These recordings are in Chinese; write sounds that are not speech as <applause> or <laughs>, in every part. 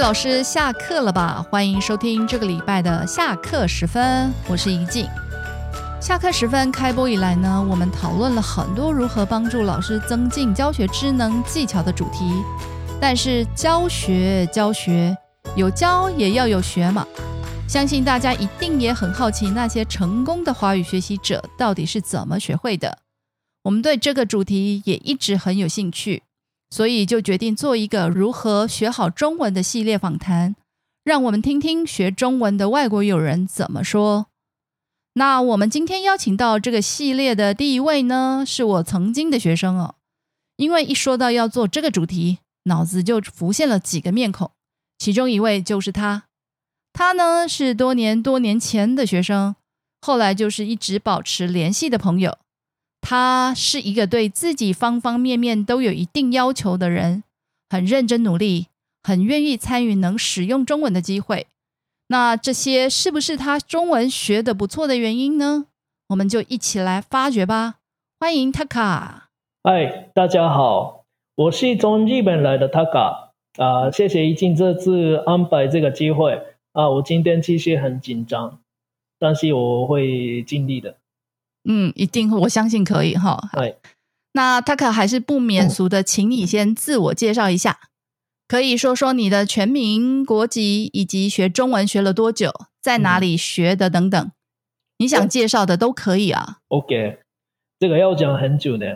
老师下课了吧？欢迎收听这个礼拜的下课时分，我是怡静。下课时分开播以来呢，我们讨论了很多如何帮助老师增进教学知能技巧的主题。但是教学教学有教也要有学嘛，相信大家一定也很好奇那些成功的华语学习者到底是怎么学会的。我们对这个主题也一直很有兴趣，所以就决定做一个如何学好中文的系列访谈，让我们听听学中文的外国友人怎么说。那我们今天邀请到这个系列的第一位呢，是我曾经的学生哦。因为一说到要做这个主题，脑子就浮现了几个面孔，其中一位就是他。他呢是多年多年前的学生，后来就是一直保持联系的朋友。他是一个对自己方方面面都有一定要求的人，很认真努力，很愿意参与能使用中文的机会。那这些是不是他中文学的不错的原因呢？我们就一起来发掘吧。欢迎 Taka。嗨，大家好，我是从日本来的 Taka 啊、谢谢一静这次安排这个机会啊、我今天其实很紧张，但是我会尽力的。嗯，一定，我相信可以哈。对，那 Taka 还是不免俗的，请你先自我介绍一下，可以说说你的全名、国籍以及学中文学了多久，在哪嗯里学的等等，你想介绍的都可以 <laughs> 啊。 <laughs> OK，这个要讲很久呢。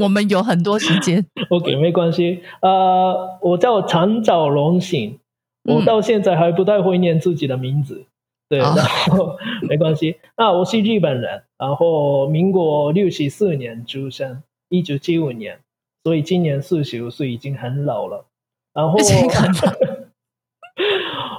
我们有很多时间。 <laughs> OK，没关系。呃，我叫长沼龙醒，我嗯到现在还不太会念自己的名字。对，哦然后没关系。那我是日本人，然后民国六十四年出生，一九七五年，所以今年四十五岁，已经很老了。然后已经很 <laughs>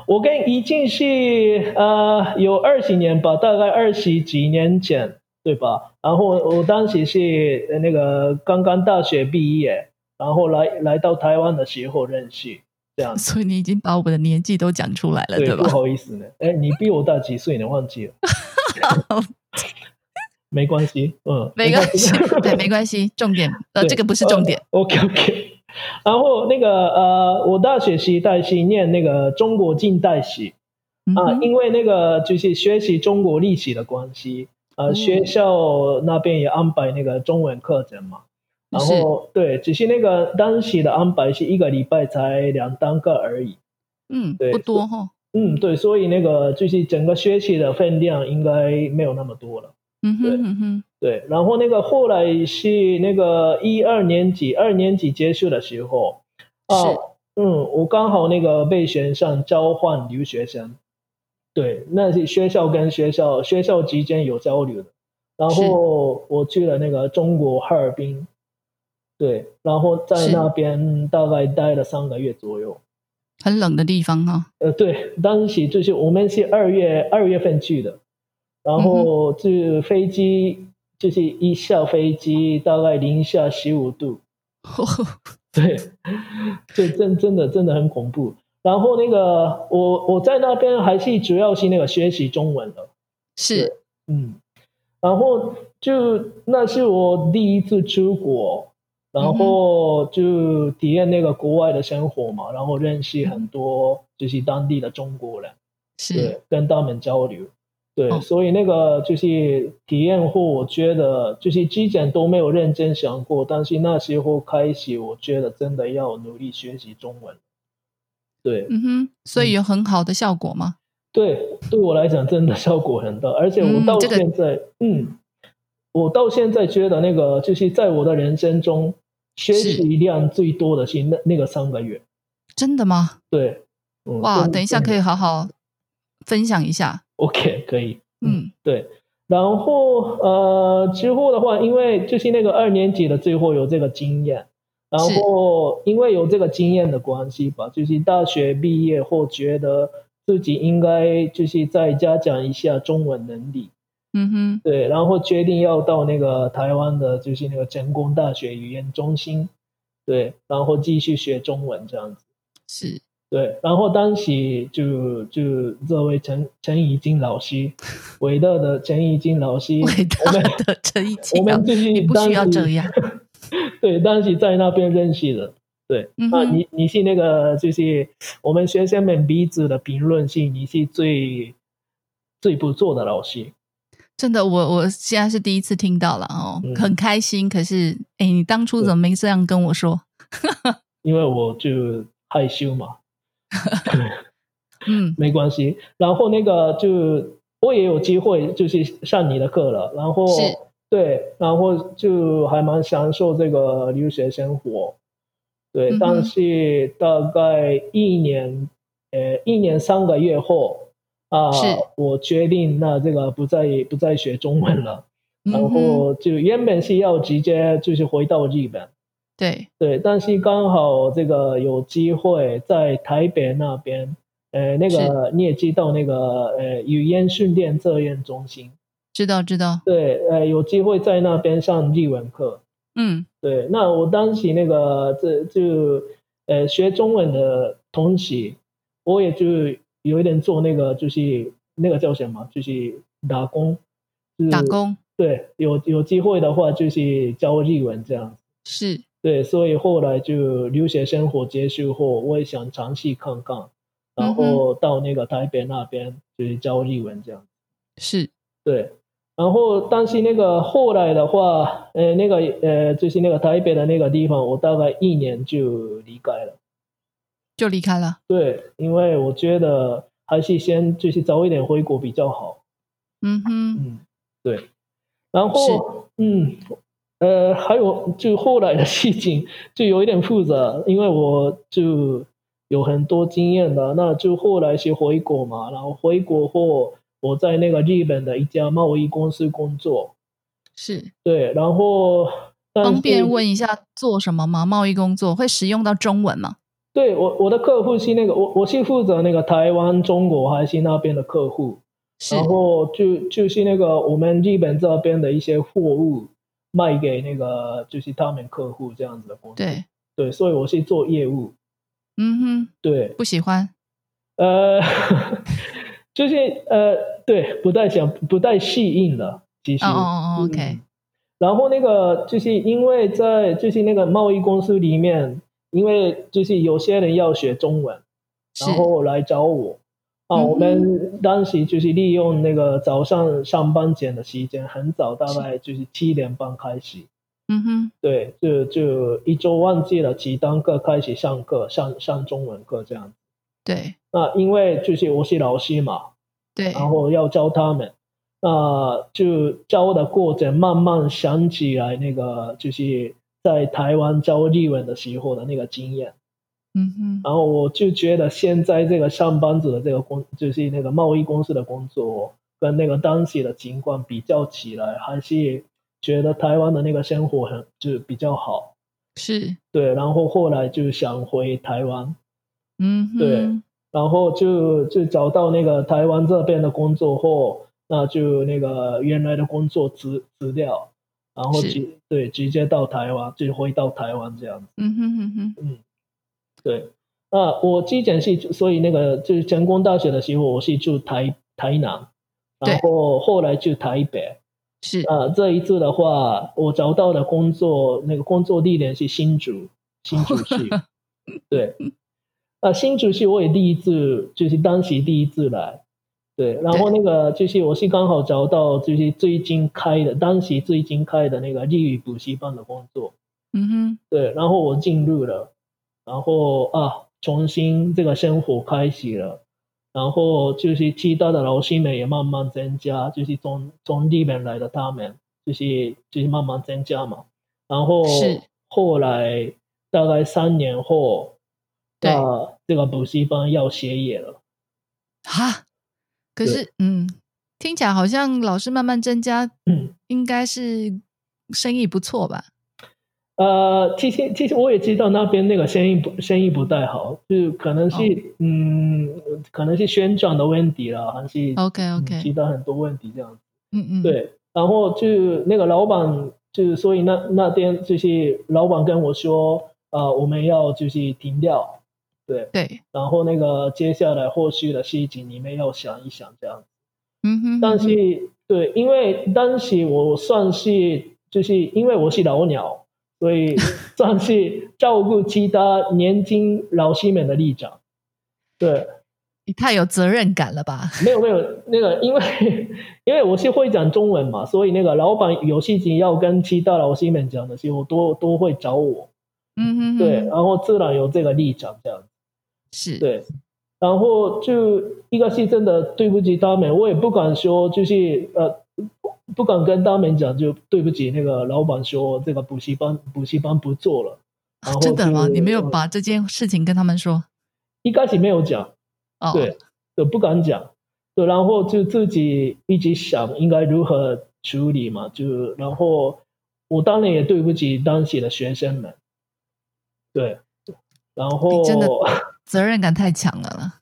我跟怡静是呃有二十年吧，大概二十几年前，对吧？然后我我当时是呃那个刚刚大学毕业，然后来来到台湾的时候认识，这样子。所以你已经把我的年纪都讲出来了，对吧不？好意思呢，哎，你比我大几岁呢？<laughs> 忘记了，没关系，嗯，没关系， <laughs> 对，没关系。重点，呃，对这个不是重点。 OK OK，然嗯后那个呃，我大学时代是念那个中国近代史嗯啊、哼因为那个就是学习中国历史的关系，呃，嗯学校那边也安排那个中文课程嘛。啊然后对，只是那个当时的安排是一个礼拜才两单课而已。嗯，对不多哈。嗯，对，所以那个就是整个学习的分量应该没有那么多了。嗯对哼嗯哼，对，然后那个后来是那个一二年级，二年级结束的时候，啊是，嗯，我刚好那个被选上交换留学生，对，那是学校跟学校学校之间有交流的，然是后我去了那个中国哈尔滨，对，然后在是那边大概待了三个月左右，很冷的地方哈。 <laughs> 呃，对，当时就是我们是二月二月份去的，然后这飞机、就是一下飞机大概零下十五度，对，这真真的真的很恐怖。然后那个我我在那边还是主要是那个学习中文的，是，嗯，然后就那是我第一次出国，然后就体验那个国外的生活嘛，然后认识很多就是当地的中国人。是，对，跟他们交流。对，嗯所以那个就是体验后，我觉得就是之前都没有认真想过，但是那时候开始，我觉得真的要努力学习中文。对，嗯哼，所以有很好的效果吗？对，对我来讲真的效果很大，而且我嗯到这个现在，嗯我到现在觉得那个就是在我的人生中学是习量最多的是那那个三个月。真的吗？对，嗯哇，等一下可以以好好分享一下。 ，OK，可以，嗯，对，然后呃之后的话，因为就是那个二年级的最后有这个经验，然是后因为有这个经验的关系吧，就是大学毕业后觉得自己应该就是再加强一下中文能力，嗯哼，对，然后决定要到那个台湾的就是那个成功大学语言中心，对，然后继续学中文这样子。是，对，然后当时就就这位陈陈怡金老师，伟大的陈怡金老师，伟大我们的陈一奇 <laughs> 我 <laughs> 啊们，就是 <laughs> 你不需要当时这样。对，当时在那边认识的，对，嗯那你你是那个就是我们学生们彼此的评论是你是最最不错的老师。真的，我我现在是第一次听到了哦，嗯很开心。可是，哎，你当初怎么没这样跟我说？因为我就害羞嘛。嗯，没关系。然后那个就我也有机会，就是上你的课了。然后对，然后就还蛮享受这个留学生活。对，但是大概一年，呃，一年三个月后啊，我决定那这个不再不再学中文了，嗯然后就原本是要直接就是回到日本，对对，但是刚好这个有机会在台北那边，呃，那个你也知道那个呃语言训练测验中心，知道知道，对，呃，有机会在那边上日文课。嗯，对，那我当时那个这就呃学中文的同时，我也就有一点做那个就是那个叫什么，就是打工，就是、打工，对，有有机会的话就是教日文这样，是，对，所以后来就留学生活结束后，我也想尝试看看，然后到那个台北那边就是教日文这样，是，对。然后，但是那个后来的话，呃，那个呃，就是那个台北的那个地方，我大概一年就离开了，就离开了。对，因为我觉得还是先就是早一点回国比较好。嗯哼，嗯，对。然后，嗯，呃，还有就后来的事情就有一点复杂，因为我就有很多经验的，那就后来是回国嘛，然后回国后。我在那个日本的一家贸易公司工作，是对，然后方便问一下做什么吗？贸易工作会使用到中文吗？对我我的客户是那个我我是负责那个台湾、中国还是那边的客户，然后就就是那个我们日本这边的一些货物卖给那个就是他们客户这样子的工作，对对，所以我是做业务，嗯哼，对，不喜欢，呃。 <laughs> 就是呃，对，不太想，不太适应了。其实，嗯哦哦哦，OK。然后那个就是因为在就是那个贸易公司里面，因为就是有些人要学中文，然后来找我啊。嗯我们当时就是利用那个早上上班前的时间，很早，大概就是七点半开始。嗯哼，对，就就一周忘记了几堂课开始上课，上上中文课这样子。对那因为就是我是老师嘛，对，然后要教他们，那、就教的过程，慢慢想起来那个就是在台湾教日文的时候的那个经验。嗯哼，然后我就觉得现在这个上班族的这个工，就是那个贸易公司的工作，跟那个当时的情况比较起来，还是觉得台湾的那个生活很就比较好。是，对，然后后来就想回台湾，嗯哼，对然后就就找到那个台湾这边的工作后，那就那个原来的工作辞辞掉，然后是直对直接到台湾，就回到台湾这样子。嗯哼哼哼，对，那我之前是住所以那个就是成功大学的时候，我是住台台南，对然后后来去台北。是啊，这一次的话，我找到的工作那个工作地点是新竹，新竹市。对，啊，新竹市我也第一次，就是当时第一次来。对，然后那个就是我是刚好找到就是最近开的，当时最近开的那个日语补习班的工作。嗯哼，对，然后我进入了，然后啊，重新这个生活开始了，然后就是其他的老师们也慢慢增加，就是从从日本来的他们，就是就是慢慢增加嘛。然后是后来大概三年后，对那这个补习班要歇业了。哈，可对是嗯，听起来好像老师慢慢增加，嗯应该是生意不错吧？呃，其实其实我也知道那边那个生意不生意不太好，就是可能是、哦嗯，可能是宣传的问题啦，还是 OK OK，嗯其他很多问题这样子。嗯嗯，，对，然后就那个老板，就是所以那那天就是老板跟我说，呃，我们要就是停掉，对，对，然后那个接下来后续的事情你们要想一想这样。嗯哼，但嗯哼是对，因为当时我算是就是因为我是老鸟，所以算是照顾其他年轻老师们的立场。对，你太有责任感了吧？没有没有，那个因为 <laughs> 因为我是会讲中文嘛，所以那个老板有事情要跟其他老师们讲的时候，都都会找我。嗯哼哼，对，然后自然有这个立场这样。是，对，然后就一个是真的对不起他们，我也不敢说，就是呃，不敢跟他们讲，就对不起那个老板说这个补习班补习班不做了。然后啊真的吗？就你没有把这件事情跟他们说？一开始没有讲，哦，对，对，不敢讲，对，然后就自己一直想应该如何处理嘛，就然后我当然也对不起当时的学生们，对，然后你真的责任感太强了啦。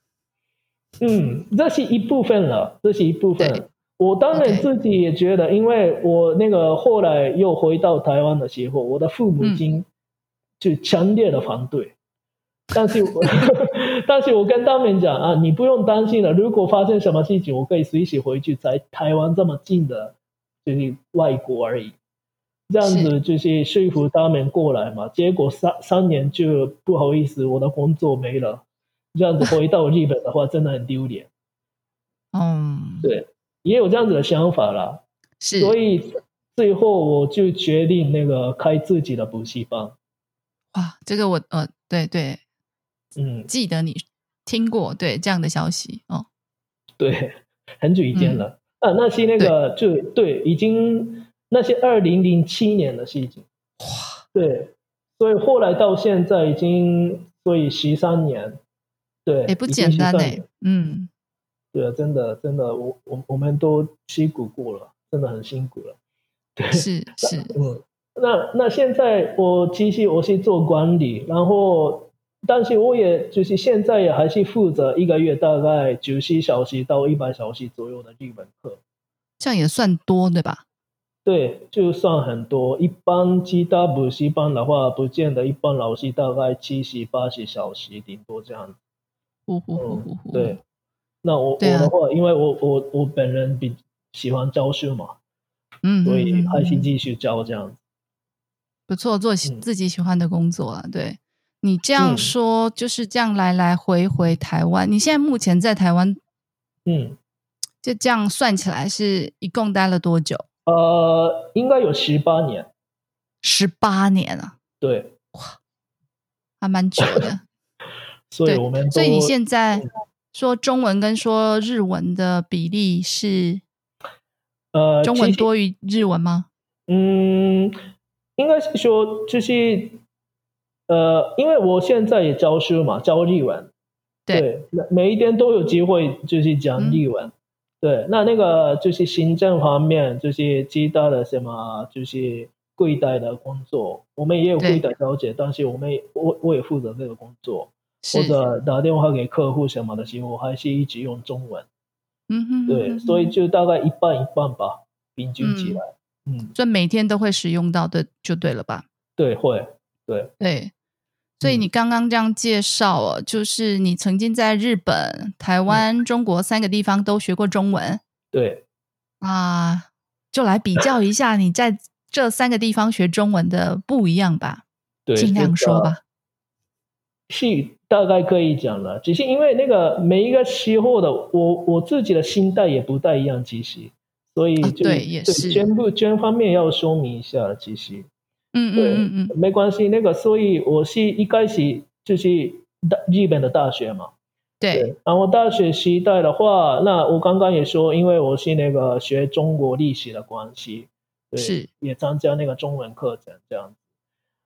嗯，这是一部分了，这是一部分对了。我当然 OK 自己也觉得，因为我那个后来又回到台湾的时候，我的父母嗯亲就强烈的 <laughs> 反对。但是我， <laughs> 但是我跟他们讲啊，你不用担心了，如果发生什么事情，我可以随时回去，在台湾这么近的，就是外国而已。这样是子就是说服他们过来嘛。结果三三年就不好意思，我的工作没了。这样子回到日本的话，真的很丢脸。嗯，对，也有这样子的想法啦。是，所以最后我就决定那个开自己的补习班。哇，这个我呃，对对，嗯，记得你听过对这样的消息哦。对，很久以前了。嗯啊，那是那个就对，已经那是二零零七年的事情。哇，对，所以后来到现在已经，所以十三年，对，也不已经简单13哎、年嗯，对啊，真的真的，我我我们都辛苦过了，真的很辛苦了。是是，嗯，那那现在我其实我是做管理，然后但是我也就是现在也还是负责一个月大概九十小时到一百小时左右的日本课，这样也算多对吧？对，就算很多。一般其他补习班的话，不见得一般老师大概七十八十小时，顶多这样子。呼呼呼呼嗯呼，，对，那我、对啊我的话，因为我我我本人比喜欢教书嘛，嗯，所以嗯嗯还是嗯继续教这样子。不错，做喜嗯自己喜欢的工作啊。对你这样嗯说，就是这样来来回回台湾。你现在目前在台湾，嗯，就这样算起来是一共待了多久？呃，应该有十八年，十八年啊，对。还蛮久 <laughs> 的。所以我们都所以你现在嗯说中文跟说日文的比例是呃中文其实多于日文吗？嗯，应该是说就是呃，因为我现在也教书嘛，教日文，对嗯对，每每一天都有机会就是讲日文。对，那那个就是行政方面，就是其他的什么，就是柜台的工作，我们也有对柜台小姐，但是我们也我我也负责这个工作，是或，者打电话给客户什么的时候，还是一直用中文。嗯哼，对，所以就大概一半一半吧，平均起来。嗯所以每天都会使用到的，就对了吧？对，会，对，对，所以你嗯刚刚这样介绍哦，就是你曾经在日本、嗯台湾、中国三个地方都学过中文对，啊，就来比较一下你在这三个地方学中文的不一样吧，对，尽量这个说吧。是大概可以讲了，只是因为那个每一个期货的，我我自己的心态也不太一样，其实，所以啊就、对也是全部全方面要说明一下，其实嗯对嗯嗯嗯，没关系，那个，所以我是一开始就是大日本的大学嘛，对，对，然后大学时代的话，那我刚刚也说，因为我是那个学中国历史的关系，对，是也参加那个中文课程这样子。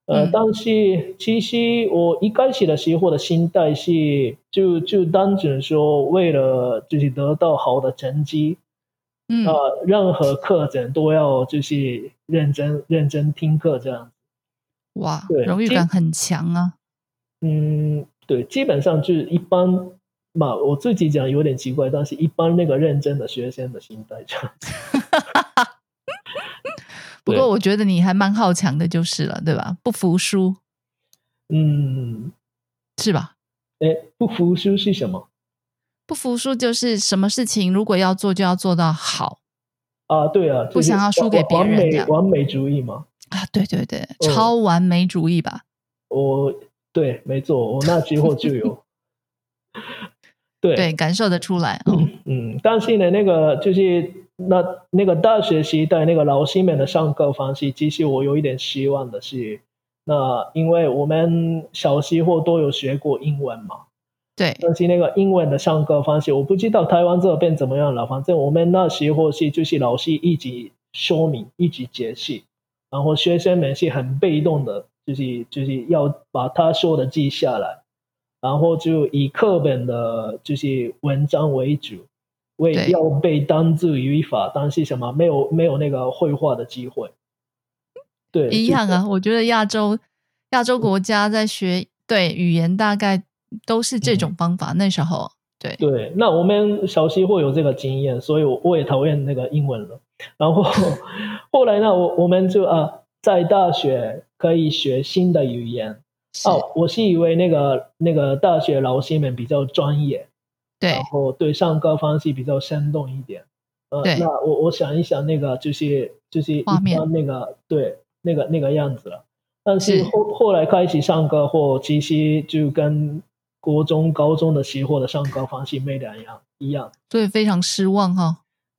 呃，嗯但是其实我一开始的时候的心态是，就就单纯说为了就是得到好的成绩，嗯呃，任何课程都要就是认真认真听课这样子。哇，对荣誉这感很强啊，嗯，对，基本上就是一般嘛，我自己讲有点奇怪，但是一般那个认真的学生的心态这样子。不对过我觉得你还蛮好强的，就是了，对吧？不服输嗯，是吧？哎，不服输是什么不服输就是什么事情如果要做就要做到好，啊？对啊，就是不想要输给别人完这美样完美主义嘛。啊，对对对，嗯超完美主义吧？我对，没错，我那时候就有。 <laughs> 对对，感受得出来。嗯嗯，但是呢，那个就是那那个大学时代那个老师们的上课方式，其实我有一点希望的是，那因为我们小时候都有学过英文嘛，对，但是那个英文的上课方式，我不知道台湾这边怎么样了。反正我们那时候是就是老师一直说明，一直解释，然后学生们是很被动的，就是就是要把他说的记下来，然后就以课本的就是文章为主，为对要背单字语法，但是什么没有没有那个绘画的机会。对，一样啊。我觉得亚洲亚洲国家在学对语言，大概都是这嗯种方法。那时候，对对，那我们小时候有这个经验，所以我我也讨厌那个英文了。然后后来呢，我我们就啊，在大学可以学新的语言。是哦，我是以为那个那个大学老师们比较专业，对然后对上课方式比较生动一点。呃对，那我我想一想，那个就是就是一画面般那个对那个那个样子了。但是是后后来开始上课后，其实就跟国中、高中的时候的上课方式没两样一样。所以非常失望哈、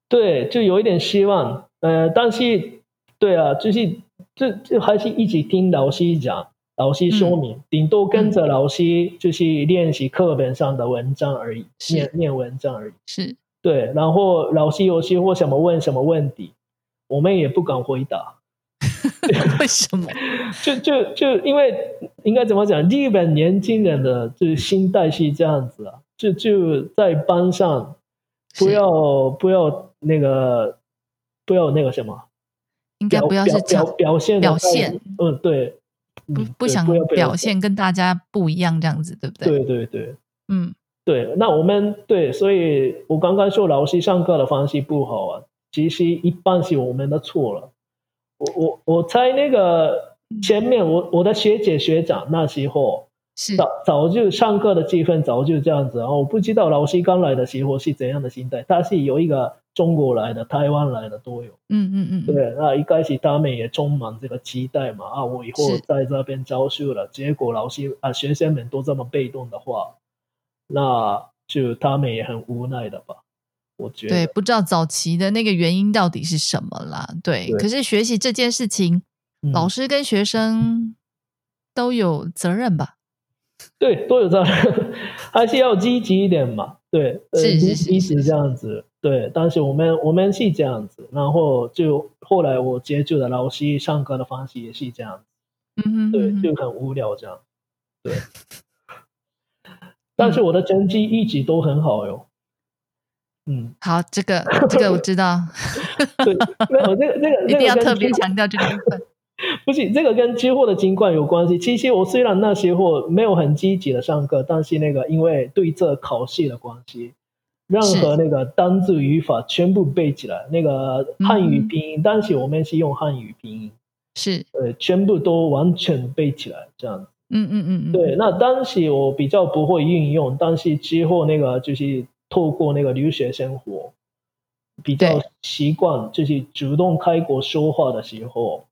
对，就有一点希望。呃，但是对啊，就是就就还是一直听老师讲，老师嗯说明，顶多跟着老师就是练习课本上的文章而已，是念念文章而已。 <laughs> 是对，然后老师有时候什么问什么问题，我们也不敢回答。为什么？就就就因为应该怎么讲，日本年轻人的就是心态是这样子啊，就就在班上 <laughs> 不是要不要那个不要那个什么，应该表不要表是表强表现得表太现，嗯对，不嗯不对想要表，现跟大家不一样这样子，对不对？对对对。嗯，对，那我们对，所以我刚刚说老师上课的方式不好啊，其实一半是我们的错了。我我我猜那个前面我我的学姐学长那时候是早早就上课的气氛早就这样子，然后我不知道老师刚来的时候是怎样的心态，他是有一个中国来的、台湾来的都有。嗯嗯嗯嗯，对，那一开始他们也充满这个期待嘛，啊，我以后是在这边教书了，结果老师啊，学生们都这么被动的话，那就他们也很无奈的吧，我觉对，得。不知道早期的那个原因到底是什么啦。对，对可是学习这件事情，嗯老师跟学生都有责任吧？对都有这样， <laughs> 还是要积极一点嘛。对，呃是是一是一是直这样子。对，但是我们我们是这样子，然后就后来我接触的老师上课的方式也是这样子。嗯哼对嗯，哼就很无聊这样。对， <laughs> 但是我的成绩一直都很好哟。嗯，好，这 <laughs> 个这个我知道，对，没有这个这 <laughs> 个一定这个要跟特别之强调这个部分。不是这个跟之后的情况有关系。其实我虽然那时候没有很积极的上课，但是那个因为对这考试的关系，任何那个单字语法全部背起来，那个汉语嗯拼音，当时我们是用汉语拼音，是，呃，全部都完全背起来这样子。嗯嗯嗯嗯，对，那当时我比较不会运用，但是之后那个就是透过那个留学生活，比较对习惯就是主动开口说话的时候，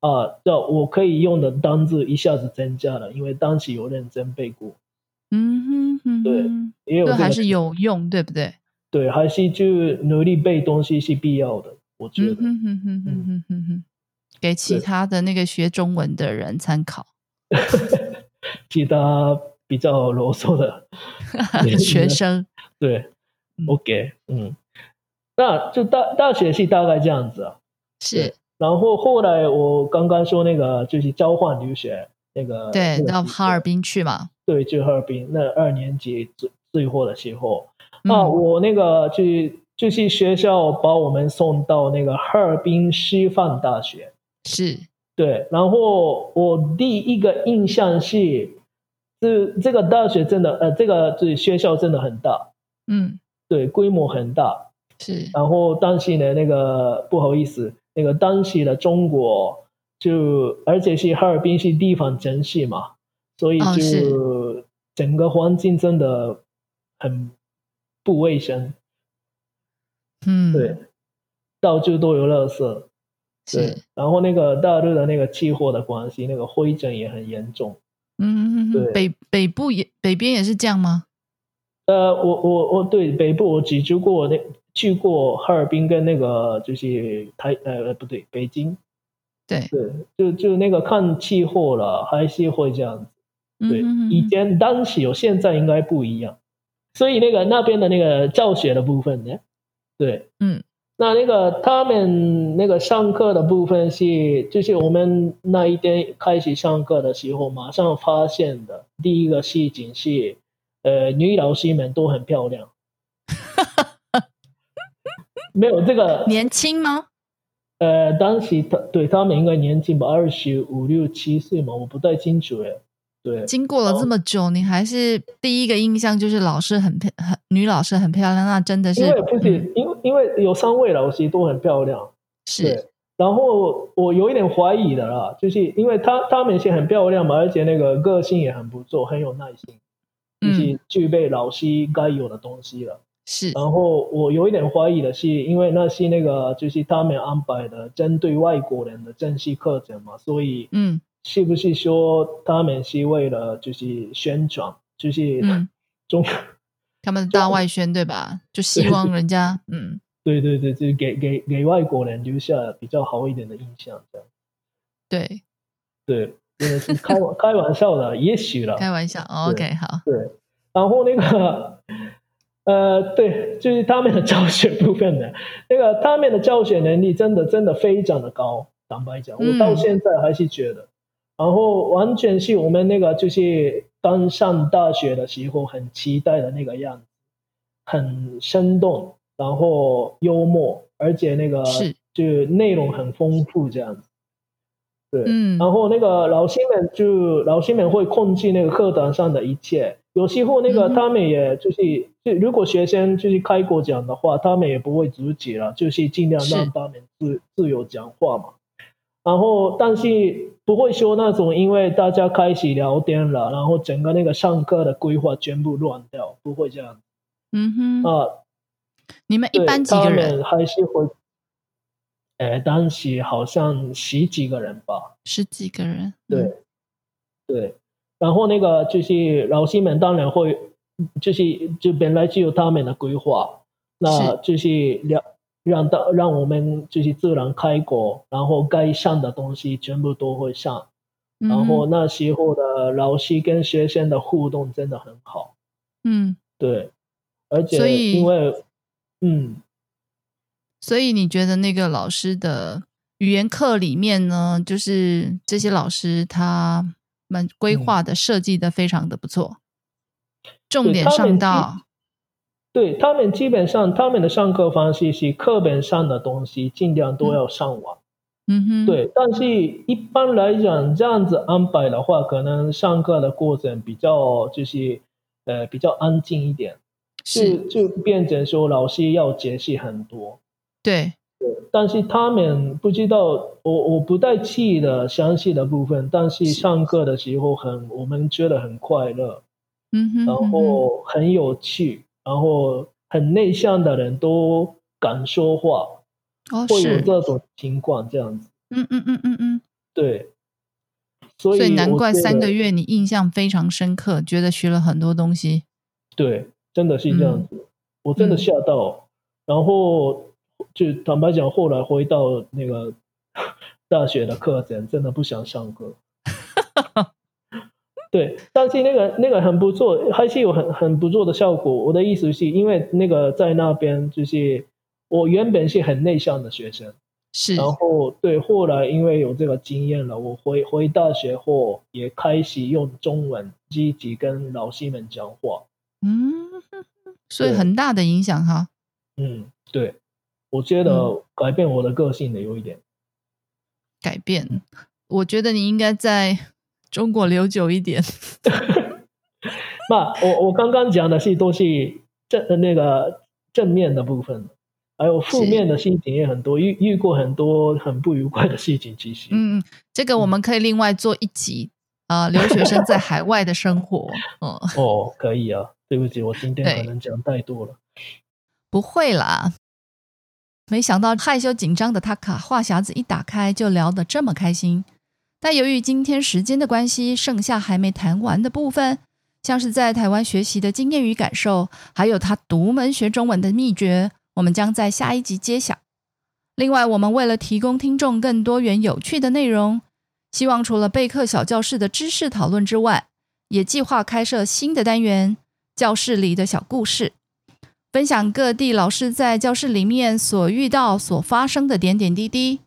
啊，那我可以用的单字一下子增加了，因为当时有认真背过，嗯哼嗯对哼，也有这这个还是有用，对不对？对，还是就努力背东西是必要的，我觉嗯得。哼哼哼哼嗯哼哼哼，给其对他的那个学中文的人参考， <laughs> 其他比较啰嗦的啊学生对嗯，OK，嗯，那就大大学是大概这样子啊。是然后后来我刚刚说那个就是交换留学，那个对那个到机会哈尔滨去嘛？对，去哈尔滨那二年级最最后的时候，嗯啊，我那个去就是学校把我们送到那个哈尔滨师范大学，是对，然后我第一个印象是，这这个大学真的呃，这个这学校真的很大，嗯对，规模很大，是然后当时呢，那个不好意思，那个当时的中国就而且是哈尔滨是地方城市嘛，所以哦就整个环境真的很不卫生，嗯对，到处都有垃圾，对，然后那个大陆的那个气候的关系，那个灰尘也很严重。嗯，对北北部也北边也是这样吗？呃，我我我对北部我只去过那去过哈尔滨跟那个就是台呃不对北京，对，对，就就那个看气候了，还是会这样子。对，嗯以前当时有，现在应该不一样。所以那个那边的那个教学的部分呢，对，嗯，那那个他们那个上课的部分是，就是我们那一天开始上课的时候，马上发现的第一个事情是，呃，女老师们都很漂 <laughs> 亮。没有这个，年轻吗？呃，当时他对他们应该年轻吧，二十五六七岁嘛，我不太清楚哎。对，经过哦了这么久，你还是第一个印象就是老师很漂，很女老师很漂亮，那真的是因为不嗯是，因为因为有三位老师都很漂亮，对是，。然后我有一点怀疑的啦，就是因为她她们是很漂亮嘛，而且那个个性也很不错，很有耐心，就嗯是具备老师该有的东西了。是然后我有一点怀疑的是，因为那是那个就是他们安排的针对外国人的正式课程嘛，所以嗯是不是说他们是为了就是宣传，就是嗯，中、他们的大外宣对吧？就希 <laughs> 望人家嗯对对对，就是给 <laughs> 给给外国人留下比较好一点的印象，这样对，对，真的是开玩开玩笑的，也许了。开玩笑哦啊对，OK 好，对，然后那个 <laughs> 呃，对，就是他们的教学部分呢，那个他们的教学能力真的真的非常的高，坦白讲，嗯我到现在还是觉得，然后完全是我们那个就是刚上大学的时候很期待的那个样子，很生动，然后幽默，而且那个是就内容很丰富这样子。对，嗯然后那个老师们就老师们会控制那个课堂上的一切，有时候那嗯个哼他们也就是、就如果学生就是开口讲的话，他们也不会阻止了，就是尽量是让他们自自由讲话嘛。然后但是不会说那种因为大家开始聊天了，然后整个那个上课的规划全部乱掉，不会这样嗯哼，啊。你们一对般几个他人？们还是会，呃，当时好像十几个人吧。十几个人，对，嗯对。然后那个就是老师们当然会，就是就本来就有他们的规划，那就是让让到让我们就是自然开口，然后该上的东西全部都会上，嗯然后哼那时候的老师跟学生的互动真的很好，嗯，对，而所且以因为嗯。所以你觉得那个老师的语言课里面呢，就是这些老师他们规嗯划的、设计的非常的不错，重对点他们上基到对他们基本上他们的上课方式是课本上的东西尽量都要上完，嗯哼，，，对。但是一般来讲，这样子安排的话，可能上课的过程比较就是呃比较安静一点，就是就变成说老师要解释很多。对，但是他们不知道，我我不太记得详细的部分，但是上课的时候很，我们觉得很快乐。嗯哼，然嗯哼后很有趣，然后很内向的人都敢说话，哦会有是，这种情况这样子。嗯嗯嗯嗯嗯，对，所以所以难我怪觉三得个月你印象非常深刻，觉得学了很多东西，对，真的是这样嗯子，我真的吓到。然后就坦白讲，后来回到那个大学的课程，真的不想上课。对，但是那个那个很不错，还是有很很不错的效果。我的意思是因为那个在那边，就是我原本是很内向的学生，是，然后对后来因为有这个经验了，我回回大学后也开始用中文积极跟老师们讲话。嗯，所以对很大的影响哈。嗯，对，我觉得改变我的个性的有一点，改变。我觉得你应该在中国留久一点。那我我刚刚讲的是都是正呃那个正面的部分，还有负是面的事情也很多，遇遇过很多很不愉快的事情，其实，嗯，这个我们可以另外做一集啊、呃留学生在海外的生活。嗯，哦，可以啊，对不起，我今天对可能讲太多了，不会啦。没想到害羞紧张的塔卡话匣子一打开就聊得这么开心。但由于今天时间的关系，剩下还没谈完的部分，像是在台湾学习的经验与感受，还有他独门学中文的秘诀，我们将在下一集揭晓。另外，我们为了提供听众更多元有趣的内容，希望除了备课小教室的知识讨论之外，也计划开设新的单元——教室里的小故事，分享各地老师在教室里面所遇到、所发生的点点滴滴。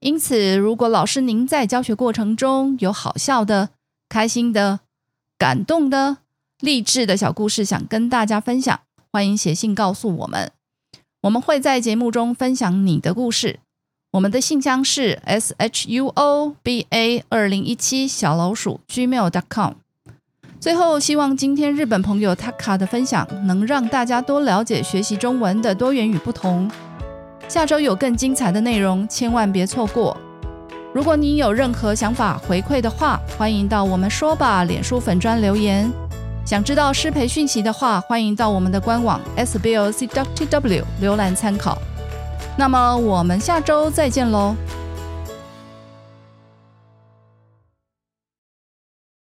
因此，如果老师您在教学过程中有好笑的、开心的、感动的、励志的小故事想跟大家分享，欢迎写信告诉我们。我们会在节目中分享你的故事。我们的信箱是 s h u o b a 二零一七小老鼠 gmail.com。最后，希望今天日本朋友 Taka 的分享能让大家多了解学习中文的多元与不同。下周有更精彩的内容，千万别错过。如果你有任何想法回馈的话，欢迎到我们说吧脸书粉专留言。想知道师培讯息的话，欢迎到我们的官网 sblc.tw 浏览参考。那么我们下周再见喽！